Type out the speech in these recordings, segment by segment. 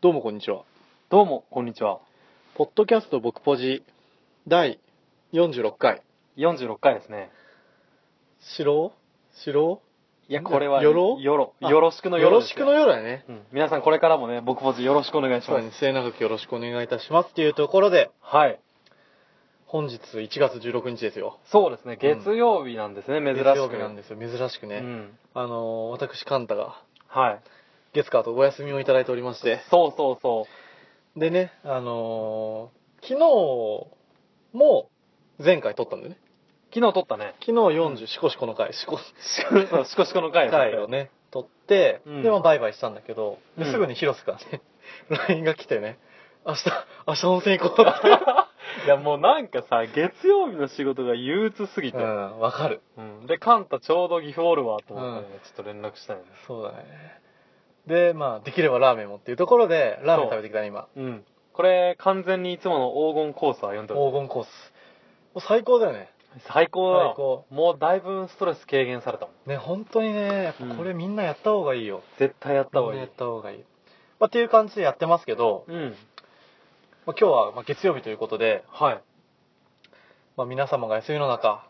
どうもこんにちは。どうも、こんにちは。ポッドキャスト僕ポジ第46回。 46回ですね。白白いや、これは、よろよろ。あよろしくのよよろろでしすくね、の夜だね。うん。皆さん、これからもね、僕もよろしくお願いしそうまだねす。。末永くよろしくお願いいたしますっていうところで、はい。本日1月16日ですよ。そうですね、月曜日なんですね、珍しく。月曜日なんですよ。珍しくね。うん。あのー、私、カンタがはい。月火とお休みをいただいておりまして。そうそうそでね、あのー、昨日も前回撮ったんだよね。う。昨日撮った ね。昨日40、シコシコの回、シコ、しこしこしこの回です回をね、撮って、うんで、まあ、バイバイしたんだけど、でうんすぐに広瀬からね、LINE が来てね、明日、明日温泉行こうって。いや、もうなんかさ、月曜日の仕事が憂鬱すぎて。ううんん、わかる。で、カンタちょうど岐阜おるわ、と思ってね、ちょっと連絡したいんです。そうだね。で、まあ、できればラーメンもっていうところで、ラーメン食べてきたね、今。うん。これ、完全にいつもの黄金コースは読んでる。黄金コース。もう最高だよね。最高だよ最高もうだいぶストレス軽減されたもんね、本当にね、やっぱこれみんなやった方がいいよ。絶対やった方がいみんなやいった方がいい。まあ、っていう感じでやってますけど、うんまあ、今日はまあ月曜日ということで、はいまあ、皆様が休みの中、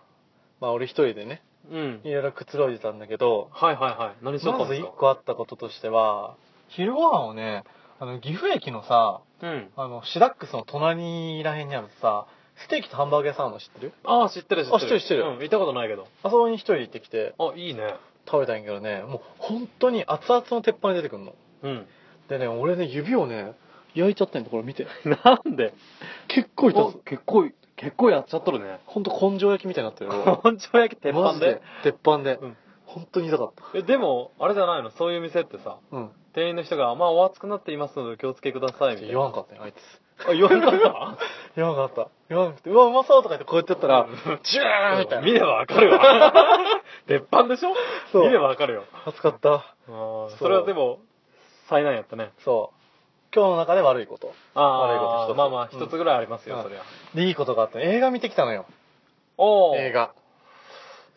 まあ、俺一人でね、うんいろいろくつろいでたんだけど、はいはいはい何しようまかず一個あったこととしては、昼ご飯をね、あの、岐阜駅のさ、うんあの、シダックスの隣らへんにあるさ、ステーキとハンバーグ屋さんあるの知ってるああ知ってる知ってるあ知ってる知ってるうん、行ったことないけどあそこに一人で行ってきてあいいね食べたんやけどね、もう本当に熱々の鉄板に出てくるの。うんでね、俺ね、指をね、焼いちゃったんだ、これ見て。なんで結構痛おそう。結構結構やっちゃっとるねほんと根性焼きみたいになってるよ。根性焼き鉄マ板ジで 鉄板で。うん本当に痛かった。えでもあれじゃないのそういう店ってさうん。店員の人が「まあお熱くなっていますのでお気をつけください」みたいな言わんかったね、あいつ。あ言わんかった言わんかった。言わなくて、うわ、うまそうとか言ってこうやってやったら、ジューンみたい見な。ればわかるわ 鉄板でしょそう見ればわかるよ熱かった。あそーうそれはでも災難やったねそう。今日の中で悪いこと。悪いこと一ああつまあまあ一つぐらいありますよ、うんそりゃで、いいことがあった。映画見てきたのよ。おお映画。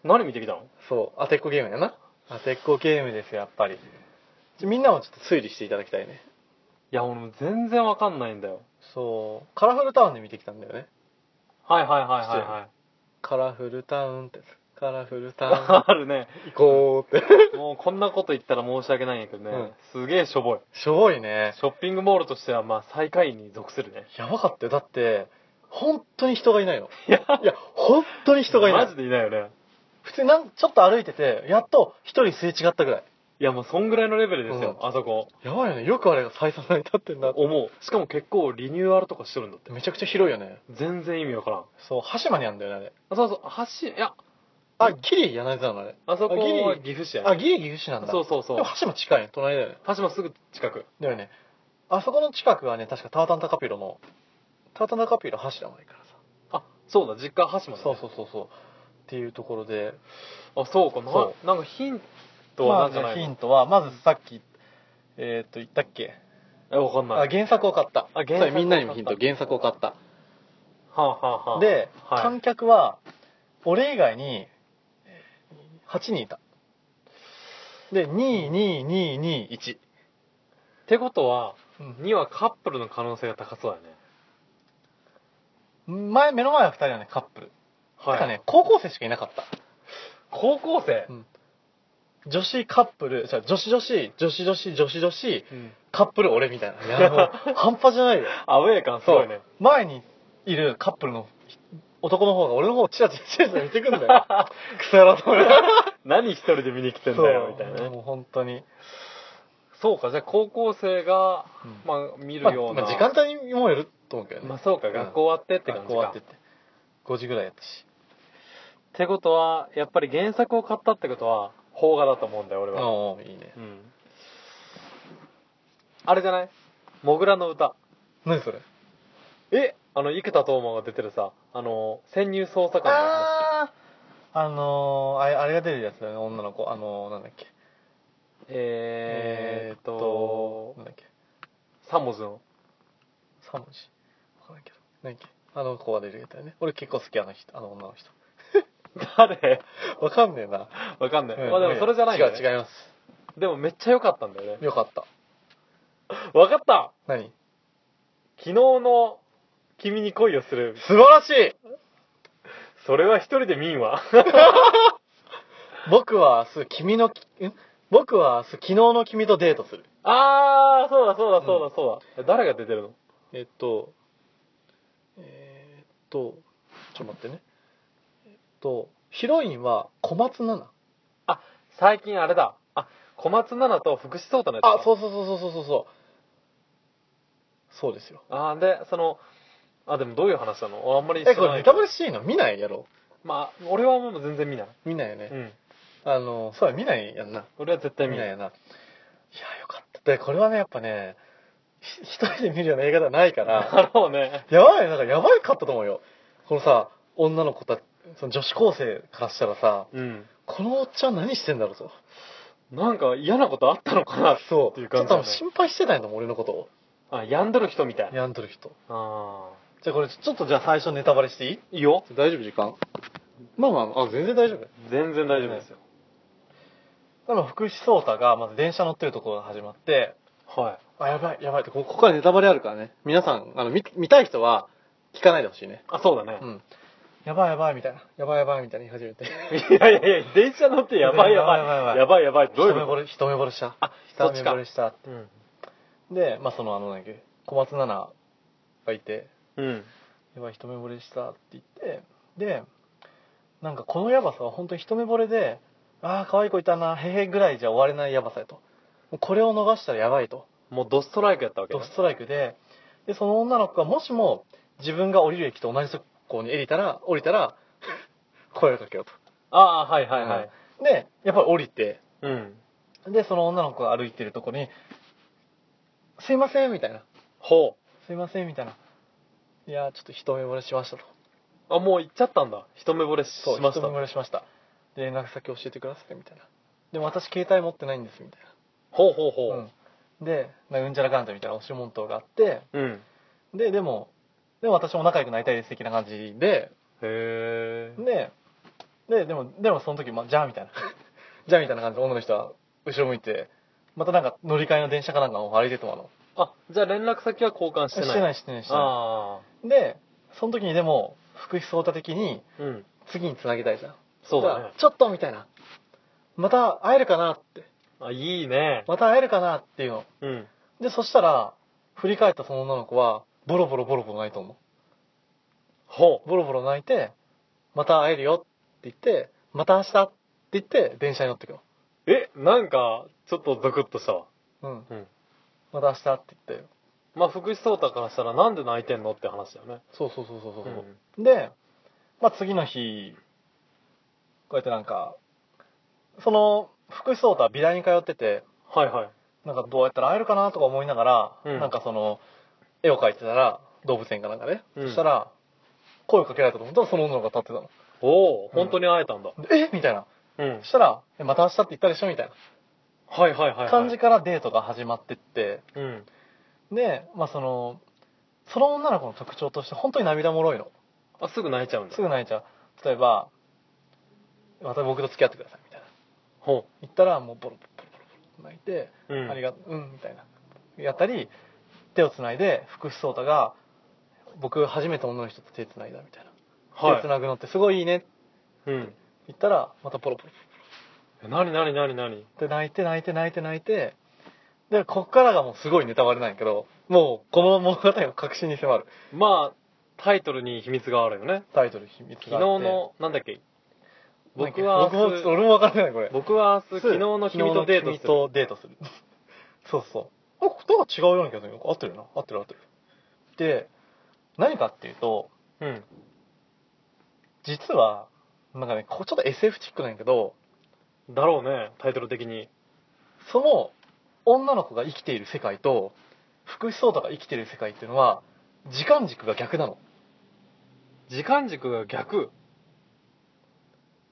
何見てきたのそう。当てっこゲームやな。当てっこゲームですよ、やっぱり。ちょみんなもちょっと推理していただきたいね。いや俺も全然わかんないんだよそう。カラフルタウンで見てきたんだよね。はいはいはいはいはいカラフルタウンってやつ。カラフルタウン。 あるね 行こうって。もうこんなこと言ったら申し訳ないんやけどね、うんすげえしょぼいすごいね。ショッピングモールとしてはまあ最下位に属するねやばかったよ。だって、本当に人がいないの。いや いや、本当に人がいない。マジでいないよね普通になんちょっと歩いてて、やっと一人すれ違ったぐらい。いやもうそんぐらいのレベルですよ、うんあそこやばいよね。よくあれが採算成り立ってんなって。思うしかも結構リニューアルとかしてるんだってめちゃくちゃ広いよね。全然意味わからんそう、羽島にあるんだよね、あれ。あそうそう橋いやあ、ギリ柳沢なのあれ。あそこあギリは岐阜市やねあ、ギリ岐阜市なんだ。そうそうそう でも橋も近いね。隣だよね。橋もすぐ近くだよね。あそこの近くはね、確かタータンタカピロの、タータンタカピロ橋じゃないからさ。あそうだ実家は橋まで、ね、そうそうそうそう。っていうところで。あそうかなそなんかヒントはなんじゃまあないねヒンの、トは、まずさっき、えっ、と、言ったっけ、えわかんないあ、原作を買った。あ原作を買っそうたみんなにもヒント、原作を買った。はあ、はあはあ、で、はい観客は俺以外に8人いたで22221ってことはうん2はカップルの可能性が高そうだよね前目の前は2人はねカップル、はいてかね高校生しかいなかった、高校生、女子カップルじゃあ女子女子女子女子女子女子うんカップル俺みたいないやもう 半端じゃないよアウェー感すごいね前にいるカップルの男の方が俺の方をチラチラチラチラ見てくんだ よクソ野郎と思いながら何一人で見に来てんだよみたいなそうねもう本当にそうかじゃあ高校生が、うんまあ、見るような、まあまあ時間帯にもよると思うけどね、まあそうかうん学校終わってって感学じ校か、終わってっって5時ぐらいやったしてことはやっぱり原作を買ったってことは邦画だと思うんだよ俺は、おーいいねうん、あれじゃないモグラの歌何それえあの生田斗真が出てるさあの潜入捜査官の話あーあのー、あれあれが出るやつだよね女の子あのー、なんだっけえーっとなんだっけ3文字の 3文字わかんないけど何だっけあの子が出るやつだよね俺結構好きあの人あの女の人誰わかんねえな、わかんない、うんまあでもそれじゃないよ、ね、違う違いまでもめっちゃ良かったんだよねすよかったわかった何昨日の君に恋をする。素晴らしいそれは一人で見んわ。僕は明日、君のき、ん僕は明日、昨日の君とデートする。 あー、そうだそうだそうだそうだ。誰が出てるのえっと、えーっと、ちょっと待ってね。えっと、ヒロインは小松菜奈。あ、最近あれだ。あ、小松菜奈と福士蒼太のやつだ。あ、そうそうそうそうそうそう。そうですよ。あーで、その、あ、でもどういう話なのあんまり知え、こられなネいタけバど。レしていいの見ないやろ。まあ、俺はもう全然見ない。見ないよね。うん。あの、そうや、見ないやんな。俺は絶対見見なないい。やな。いや、よかった。で、これはね、やっぱね、ひ一人で見るような映画ではない から、だろうね。やばい、なんかやばかったと思うよ。このさ、女の子たその女子高生からしたらさ、うん。このおっちゃん何してんだろうと。なんか嫌なことあったのかなそう。っていうちょ感っとじだあよのね心配してたんだもん、俺のことを。あ、病んどる人みたい。やんとる人。あじゃあこれ、ちょっとじゃあ最初ネタバレしていいーいいよ。大丈夫時間まあまあ、あ、全然大丈夫。全然大丈夫ですよ。あの、福士蒼太がまず電車乗ってるところが始まって、はあ、やばい、やばいって、こここからネタバレあるからね。皆さん、あの、見見たい人は聞かないでほしいねい。。あ、そうだねう。ん。やばいやばいみたいな。やばいやばいみたいに言い始めて。いやいやいや、電車乗ってやばいやばい。やばいやばいやばいやばい。どうい一う目惚これ、一目惚れした。あそ一っ目ちか惚れした。とうん。で、まあその、あの、なんだっけ、小松菜奈がいて、うん。やばい、一目惚れしたって言って、で、なんかこのやばさは本当に一目惚れで、ああ、可愛い子いたな、へへぐらいじゃ終われないやばさやと。もうこれを逃したらやばいと。もうドストライクやったわけねドストライクででその女の子がもしも自分が降りる駅と同じとこに降りたら降りたら 声をかけようとああ、はいはいはい。でやっぱり降りてうん。でその女の子が歩いてるとこに「すいません」みたいなほ「すいません」みたいな「いやーちょっと一目惚れしました」とう。あ、もう行っちゃったんだ。一目惚れし「そうまし一た目。惚れしました」で「連絡先教えてください」みたいな「でも私携帯持ってないんです」みたいほうほうほな、うん、でなんかうんちゃらかんちゃらみたいな押し問答があってう。うん。ででもでも私も仲良くなりたいです的な感じでへえ。でででもでもその時、まあ、じゃあみたいな じゃあみたいな感じで女の人は後ろ向いてまたなんか乗り換えの電車かなんかを歩いてたものあ、じゃあ連絡先は交換ししててない。。ないいしてないしてなあいでその時にでも福士蒼太的にあ。うん。次につなげたいじゃんそうだねから。ちょっとみたいなまた会えるかなってあ、いいね。また会えるかなっていうのうん。でそしたら振り返ったその女の子はボロボロボロボロ泣いと思ほうボロボロ泣いてまた会えるよって言ってまた明日って言って電車に乗ってくのう。え、なんか、ちょっとゾクッとしたわ。うんうん。また明日って言ってまあ、福士蒼太からしたらなんで泣いてんのって話だよね。そうそうそうそうそうそう、うで、まあ、次の日こうやってなんかその福士蒼太は美大に通っててはいはい。なんかどうやったら会えるかなとか思いながら、うんなんかその絵を描いてたら動物園かなんかね、うんそしたら声をかけられたと思ったらその女の子が立っておお、本当に会えたんだ。たのでえみたいなうんそ。したらえ「また明日って言ったでしょ」みたいはいはいはい、は。ない感じからデートが始まってってうん。でまあそのその女の子の特徴として本当に涙もろいのあ、すぐ泣いちゃうんだす。ぐ泣いちゃう例えば「また僕と付き合ってください」みたいなほ言ったらもうボロボロボロボロ泣いてう。う「ん。ありがとううん」みたいなやったり手をつないで福士蒼太が「僕初めて女の人と手つないだ」みたいな「手つはなぐのってすごいいいね」ってい。うん。言ったらまたボロボロえ、なになになになにって泣いて泣いて泣いて泣いてでこっからがもうすごいネタバレなんやけどもうこの物語の核心に迫るまあ、タイトルに秘密があるよね。タイトル秘密昨が日あっての、なんだっけ。なんだっけ僕は僕も明ちょっ日と、俺も分からないこれ僕は明日、昨日の君とデートす君る。とデートする そうそうあなんか違うような気がするよ合ってるよな合ってる合ってるで何かっていうとうん。実はなんかねこうちょっと SF チックなんやけどだろうね、タイトル的に。その女の子が生きている世界と福士蒼太が生きている世界っていうのは時間軸が逆なの時間軸が逆。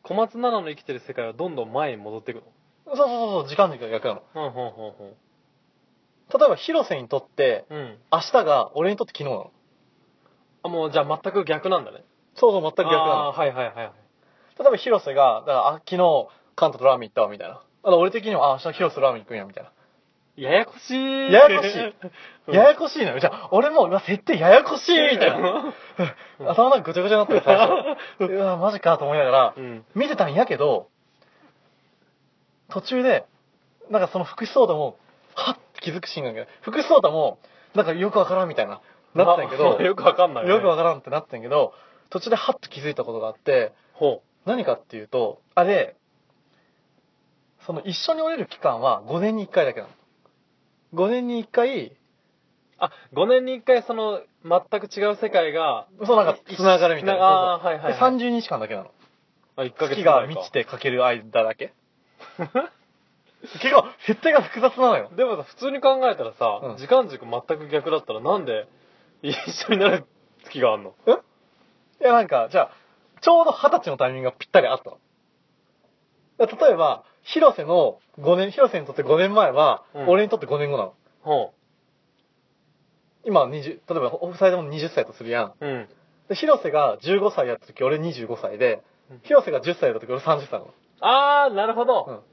小松菜奈の生きてる世界はどんどん前に戻っていくそうそうそうそう時間軸が逆なのの。うん、ほんほんほん。例えば広瀬にとってうん。明日が俺にとって昨日なのあ、もう、じゃあ全く逆なんだね。そうそう全く逆なあのーはいはいはいはい。例えば広瀬がだからあ昨日関東とラーメン行ったわみたいなあの俺的にはあ明日広瀬とラーメン行くんやみたいないややこしい。ややこし いうんややこしいのよ。じゃあ、俺もう、うわ、設定ややこしいみたいな。うん 頭の中ぐちゃぐちゃになってる最 初。うわ、マジかと思いながらう、ん。見てたんやけど、途中で、なんかその福士蒼太も、はっって気づくシーンがあるけど、福士蒼太も、なんかよくわからんみたいな、なったんやけど、まあよくわかんないね。よくわからんってなったんやけど、途中ではっと気づいたことがあって、ほ何かっていうと、あれ、その一緒に降りる期間は5年に1回だけなの。5年に1回、う。あ、5年に1回その、全く違う世界が、そうなんか繋がるみたいな。あーはいそうはい、はい。そうで30日間だけなの。あ、1ヶ月月が満ちて。てかける間だ け。結構、設定が複雑なのよ。でもさ、普通に考えたらさ、うん時間軸全く逆だったらなんで一緒になる月があんのいや、なんか、じゃあ、ちょうど二十歳のタイミングがぴったりあったの。だから例えば、広瀬の5年、広瀬にとって5年前は、うん俺にとって5年後なの。ほ今は20、例えば、お二人とも20歳とするやん。う。うん。で、広瀬が15歳やった時、俺25歳でうん、広瀬が10歳だった時、俺30歳なの。あー、なるほど。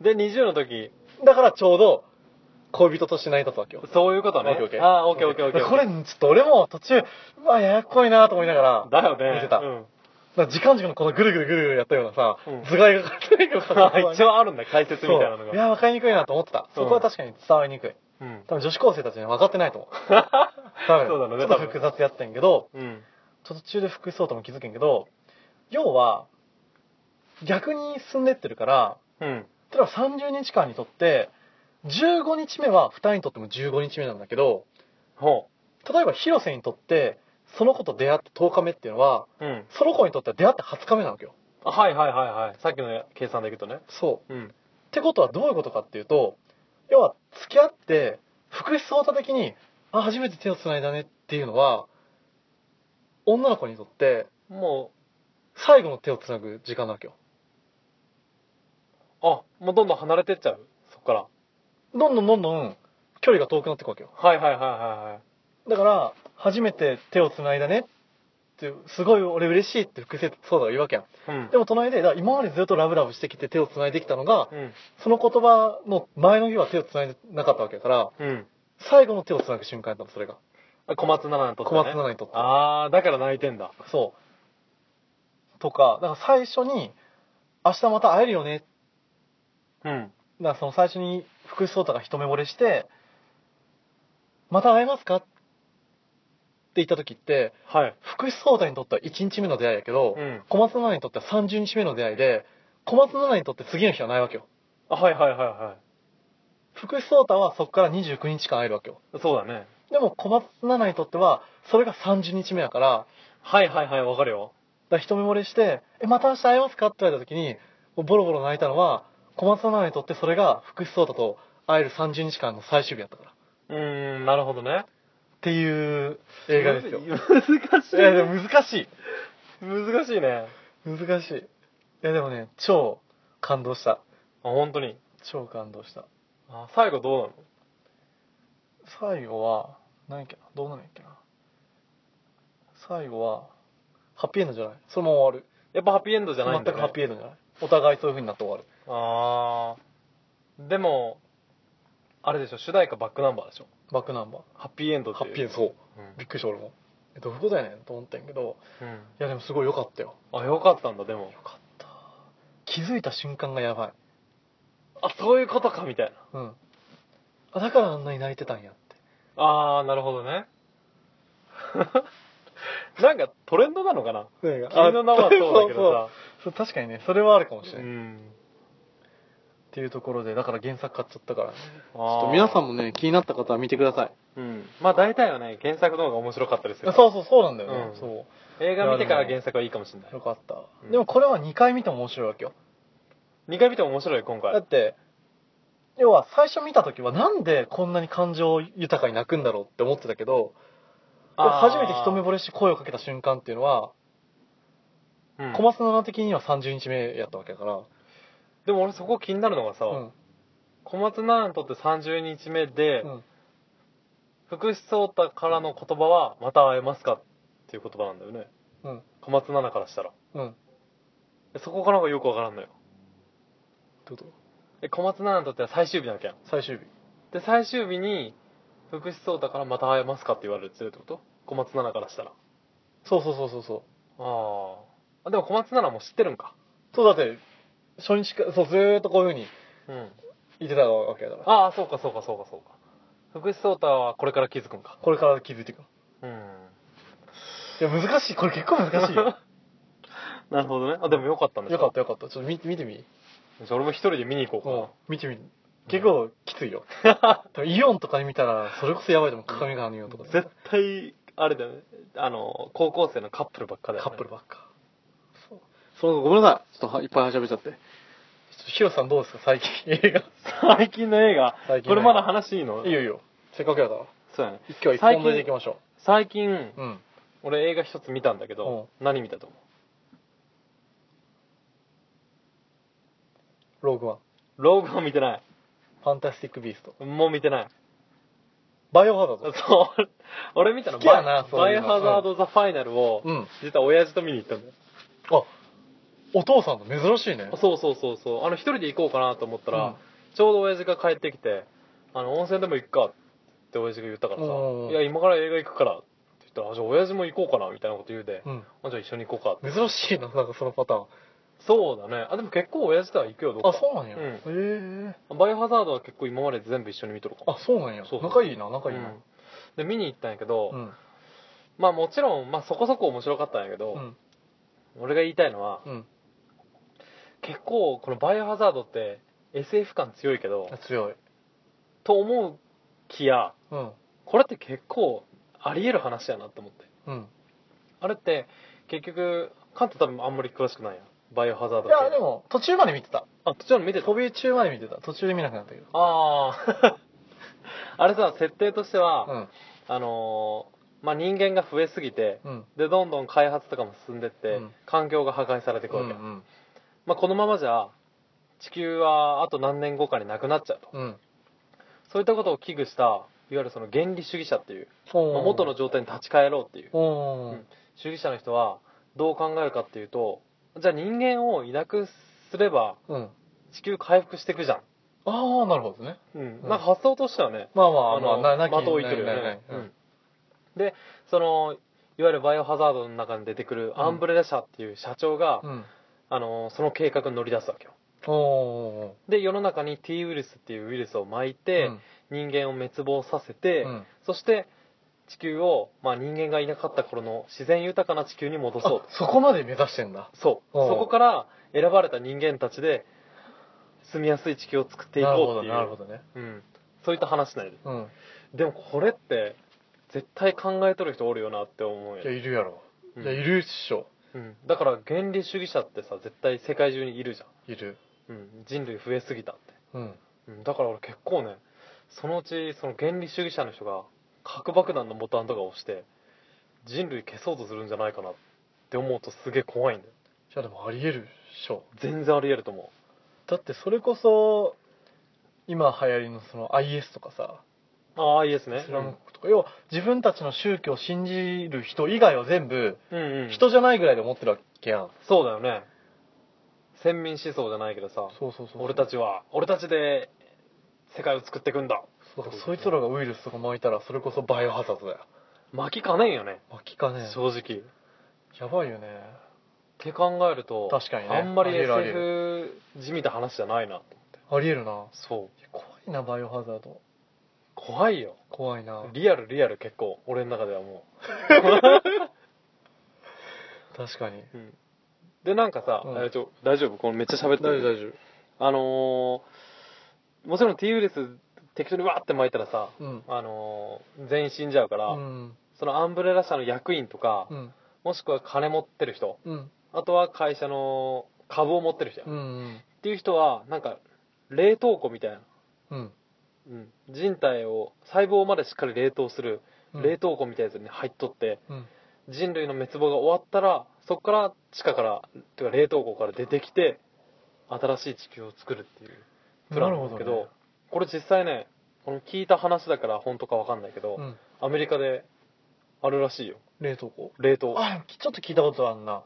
で、20の時、だからちょうど、恋人として成り立つわけよ。そういうことね。オッケーオッケーあー、オッケーオッケーオッケー。これ、ちょっと俺も途中、うわ、ややこいなと思いながら、だよね。見てた うん。 なんか時間軸のこのぐるぐるぐるぐるやったようなさ、うん図解が書かれてるような一 応あるんだ、解説みたいなのそういが。や、分かりにくいなと思ってた。そこは確かに伝わりにくい。うん。多分女子高生たちには分かってないと 思う。多分そうだろうちょねっと多分複雑やったんやけど、うん。途中で複層とも気づけんけど、要は、逆に進んでってるから、うん。例えば30日間にとって、15日目は2人にとっても15日目なんだけど、ほ例えば広瀬にとって、その子と出会って10日目っていうのは、う。うん。その子にとっては出会って20日目なわけよ。あはいはいはいはい。さっきの計算でいくとね。そう。うん。ってことはどういうことかっていうと要は付き合って福士蒼汰的にあ初めて手をつないだねっていうのは女の子にとっても最後の手をつなぐ時間なわけよう、あ、もうどんどん離れてっちゃう。そっから。どんどんどんどん距離が遠くなっていくわけよはいはいはいはいはい。だから初めて手をつないだねってすごい俺嬉しいって福士蒼汰が言うわけやんうんで。も隣でだから今までずっとラブラブしてきて手をつないできたのがうん。その言葉の前の日は手をつないでなかったわけだからうん。最後の手をつなぐ瞬間だったのそれがあ小松菜奈にとって、小ね。松菜奈にとってあー、だから泣いてんだ。そう。とか、だから最初に、明日また会えるよね。うん。だからその最初に福士蒼汰が一目惚れして、また会えますかって言った時って、はい。福士蒼汰にとっては1日目の出会いやけど、うん。小松菜奈にとっては30日目の出会いで、小松菜奈にとって次の日はないわけよ。あ、はいはいはいは福士蒼汰はそこから29日間会えるわけよ。い。そうだね。でも小松菜奈にとっては、それが30日目やから、はいはいはい、わかるよ。だから一目惚れして「えまた明日会えますか?」って言われた時にもうボロボロ泣いたのは小松菜奈にとってそれが福士蒼汰と会える30日間の最終日だったからっうーん、なるほどね。ていう映画ですよいむ難しい。やでも難しい難しいね。難しいいやでもね超感動したあ、本当に。超感動したあ最後どうなの最後は何やっけなどうなんやっけな最後はハッピーエンドじゃないそのまま終わるやっぱハッピーエンドじゃないん全だ、ね、くハッピーエンドじゃないお互いそういう風になって終わるあーでもあれでしょ主題歌バックナンバーでしょバックナンバーハッピーエンドってハいうッピーエンドそううんびっくりした俺もえどういうことやねんと思ったんやけどうんいやでもすごい良かったよあよかったんだでも良かった気づいた瞬間がやばいあそういうことかみたいうんあだからあんなに泣いてたんやってなああなるほどね なんかトレンドなのかな「君の名は」そうだけどさそうそうそう確かにねそれはあるかもしれない、うっんていうところでだから原作買っちゃったから、ね、ちちょっと皆さんもね気になった方は見てくださいうんまあ大体はね原作の方が面白かったりすそうるそうそうなんだよね、うんそ映画見てから原作はいいかもしれないうよかった、うんでもこれは2回見ても面白いわけよ2回見ても面白い今だ回って要は最初見た時はなんでこんなに感情豊かに泣くんだろうって思ってたけどあー初めて一目惚れして声をかけた瞬間っていうのはうん小松菜奈的には30日目やったわけだから、でも俺そこ気になるのがさ、うん小松菜奈にとって30日目で、うん福士蒼汰からの言葉は「また会えますか」っていう言葉なんだよねうん小松菜奈からしたらうんってそこからがよくわからんのよことえ小松菜奈にとっては最終日なわけやん最終日で最終日に福士蒼汰からまた会えますかって言われてるってこと小松菜奈からしたらそうそうそうそうそうああでも小松菜奈も知ってるんかそうだって初日からそうずーっとこういうふうにうん言ってたわけだからああそうかそうかそうかそうか福士蒼汰はこれから気づくんかこれから気づいていくのうんいや難しいこれ結構難しいよ なるほどねあでもよかったんですよかったよかったちょっと見見てみじゃあ俺も一人で見に行もこう見てみる結構きついよ、うか多分イオンとかで見たらそれこそやばいと思う鏡がのようとかなで絶対あれだよねあの高校生のカップルばっかだよ、ね、カップルばっかそうそうごめんなさいちょっとはいっぱい話しゃべっちゃってちょっとヒロさんどうですか最近映画最近の映画最近のこれ映画まだ話いいのいいよいいよせっかくやからそうやね今日は一本撮りでいきましょ最近ううん俺映画一つ見たんだけど何見たと思ローグワンうローグは見てないファンタスティック・ビーストもう見てないバイオハザーそうド俺見たの好きやなそうバいイうオのハザード・ザ・ファイナルをうん実は親父と見に行ったんだよあお父さんの珍しいねそうそうそうそうあの一人で行こうかなと思ったら、うんちょうど親父が帰ってきてあの温泉でも行くかって親父が言ったからさうん「いや今から映画行くから」って言ったらあ「じゃあ親父も行こうかな」みたいなこと言うで「うんあじゃあ一緒に行こうか」って珍しいななんかそのパターンそうだねあでも結構親父とは行くよどっかあそうなんや、うんへえバイオハザードは結構今まで全部一緒に見とるかもあそうなんやそうそう仲いいな仲いいうなんで見に行ったんやけど、うんまあもちろん、まあ、そこそこ面白かったんやけど、うん俺が言いたいのは、うん結構この「バイオハザード」って SF 感強いけどあ強いと思うきやうんこれって結構ありえる話やなと思ってうんあれって結局カント多分あんまり詳しくないやんバイオハザードい系やでも途中まで見てたあ途中の見てた飛び中まで見てた途中で見なくなったけどああ あれさ設定としては、うんあのーまあ人間が増えすぎてうんでどんどん開発とかも進んでって、うん環境が破壊されていくうわんけ、うんまあ、このままじゃ地球はあと何年後かになくなっちゃうと、うんそういったことを危惧したいわゆるその原理主義者っていう、おーまあ元の状態に立ち返ろうっていうおー主義者の人はどう考えるかっていうとじゃあ人間をいなくすればうん地球回復していくじゃん、ああなるほどねうんうんなんか発想としてはね、まあまあまのあななき的を置いてるよななね、なうんでそのいわゆるバイオハザードの中に出てくるアンブレラ社っていう社長が、うんあのその計画に乗り出すわけよおおで世の中に T ウイルスっていうウイルスを巻いて、うん人間を滅亡させて、うんそして地球を、まあ、人間がいなかった頃の自然豊かな地球に戻そうあそこまで目指してんだそうおうそこから選ばれた人間たちで住みやすい地球を作っていなるこほうっどていうなるほどねうん、そういった話なんやでうんでもこれって絶対考えとる人おるよなって思うよいやいるやろうんいやいるっしょうん、だから原理主義者ってさ絶対世界中にいるじいるゃん、うん、人類増えすぎたってうんうんだから俺結構ねそのうちその原理主義者の人が核爆弾のボタンとかを押して人類消そうとするんじゃないかなって思うとすげえ怖いんだよじゃあでもありえるっしょ全然ありえると思だってそれこそ今流行りのその IS とかさうああいいですイねスラム国とか要は自分たちの宗教を信じる人以外は全部うんうん人じゃないぐらいで思ってるわけやんそうだよね先民思想じゃないけどさそうそうそう俺たちちは俺たちで世界を作っていくんだそうだからそいつらがウイルスとか巻いたらそれこそバイオハザードだよ巻きかねんよね巻きかね正直っやばいよねて考えると確かにねあんまありりえるありえ SF じみた話じゃないなと思ってありえるなそういや怖いなバイオハザード怖いよ怖いなリアルリアル結構俺の中ではも確かにう、でなんかさ、うんあれちょ大丈夫このめっちゃ喋ってる丈あのーもちろん T ウイルス適当にわーって巻いたらさ、夫うんあのー全員死んじゃうから、うんそのアンブレラ社の役員とか、うんもしくは金持ってる人うんあとは会社の株を持ってる人、うっんていう人はなんか冷凍庫みたいな、うんうん、人体を細胞までしっかり冷凍するうん冷凍庫みたいなやつに入っとって、うん人類の滅亡が終わったらそこから地下からてか冷凍庫から出てきて新しい地球を作るっていうプランなんだなるほけどどねこれ実際ねこの聞いた話だから本当かわかんないけど、うんアメリカであるらしいよ冷凍庫冷凍あちょっと聞いたことあんな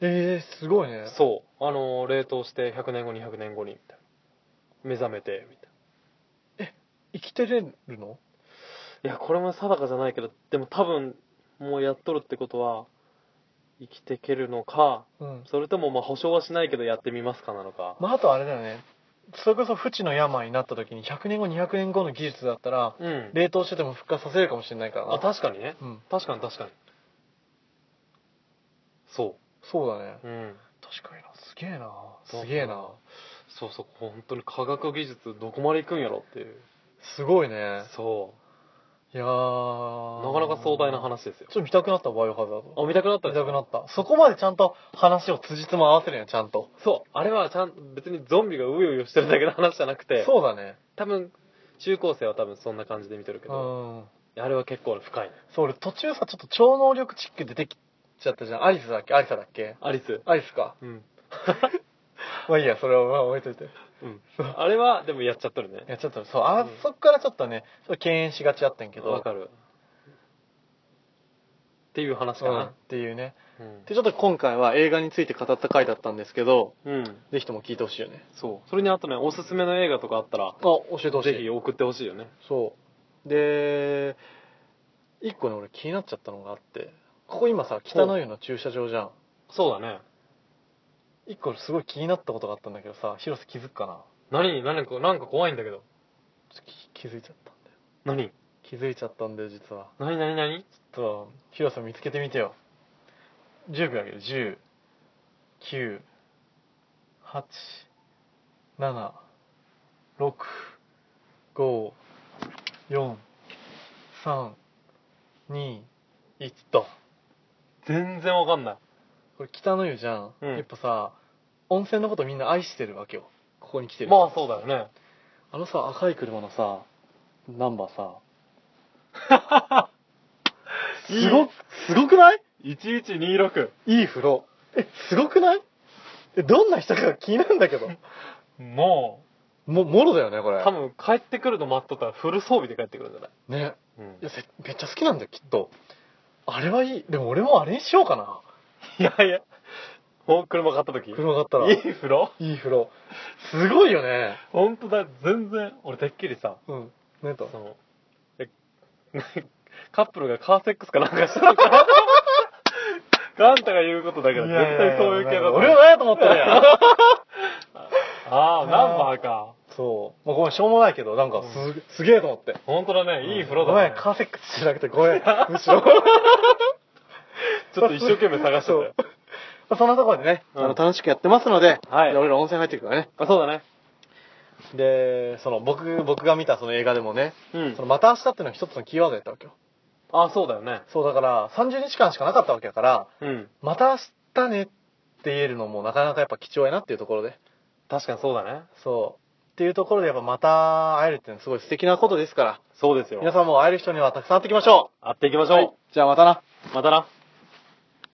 えー、すごいねそうあの冷凍して100年後200年後にみたいな目覚めてみたい生きてれるのいやこれも定かじゃないけどでも多分もうやっとるってことは生きていけるのかうんそれともまあ保証はしないけどやってみますかなのか、まああとあれだよねそれこそ不治の病になった時に100年後200年後の技術だったらうん冷凍してても復活させるかもしれないからなあ確かにねうん確かに確かにそそうだねううん確かになすげえなすげえなそうそう本当に科学技術どこまで行くんやろっていうすごいねそいやうーなかなか壮大な話ですよちょっと見たくなったバイオハザードあ見たくなった見でしたくなったそこまでちゃんと話を辻褄合わせるんやちゃんとそうあれはちゃんと別にゾンビがうようよしてるだけの話じゃなくてそうだね多分中高生は多分そんな感じで見てるけうんど、あれは結構深いねそう俺途中さちょっと超能力チック出てきちゃったじゃんアリスだっけアリサだっけアリスアリスかうん、まあいいやそれはまあ置いといてうん、そうあれはでもやっちゃっとるねいやちょっとそうあ、うんそっからちょっとねちょっと敬遠しがちやったんやけどわかるっていう話かうん、っなていうねうんでちょっと今回は映画について語った回だったんですけどうんぜひとも聞いてほしいよねそうそれにあとねおすすめの映画とかあったらあ教えてほしいぜひ送ってほしいよねそうで一個ね俺気になっちゃったのがあってここ今さ北の湯の駐車場じゃんそうだね一個すごい気になったことがあったんだけどさ広瀬気づくかな何何かなんか怖いんだけどちょっと気気づいちゃったんだよ何気づいちゃったんだよ実は何何何ちょっと広瀬見つけてみてよ10秒あげる10987654321と全然わかんないこれ北の湯じゃん、うんやっぱさ温泉のことみんな愛してるわけよここに来てるまあそうだよねあのさ赤い車のさナンバー さすごくすごくない1126いい風呂えすごくないえどんな人か気になるんだけどもももろだよねこうれ多分帰ってくるの待っとったらフル装備で帰ってくるんじゃない、ねういんやせめっちゃ好きなんだよきっとあれはいいでも俺もあれにしようかないやいやもう車買った時車買ったらいいい風呂い風呂すごいよね本当だ全然俺てっきりさうんねとそのえ カップルがカーセックスかなんかしてる からガンタが言うことだからい絶やいやいや対そういう系だと思う俺は何やと思ってるやんああナンバーかそう、まあ、ごめんしょうもないけどなんかす,、すげえと思って本当だねいい風呂だごめねんカーセックスじゃなくてご めんむしろちょっと一生懸命探してたよそうまあそんなところでね、うんあの楽しくやってますので、はいで俺ら温泉入ってるからねあそうだねでその僕僕が見たその映画でもね、うんそのまた明日っていうのが一つのキーワードやったわけよあそうだよねそうだから30日間しかなかったわけだからうんまた明日ねって言えるのもなかなかやっぱ貴重やなっていうところで確かにそうだねそうっていうところでやっぱまた会えるっていうのはすごい素敵なことですからそうですよ皆さんも会える人にはたくさん会っていきましょ会っていきまうしょう、はいじゃあまたなまたな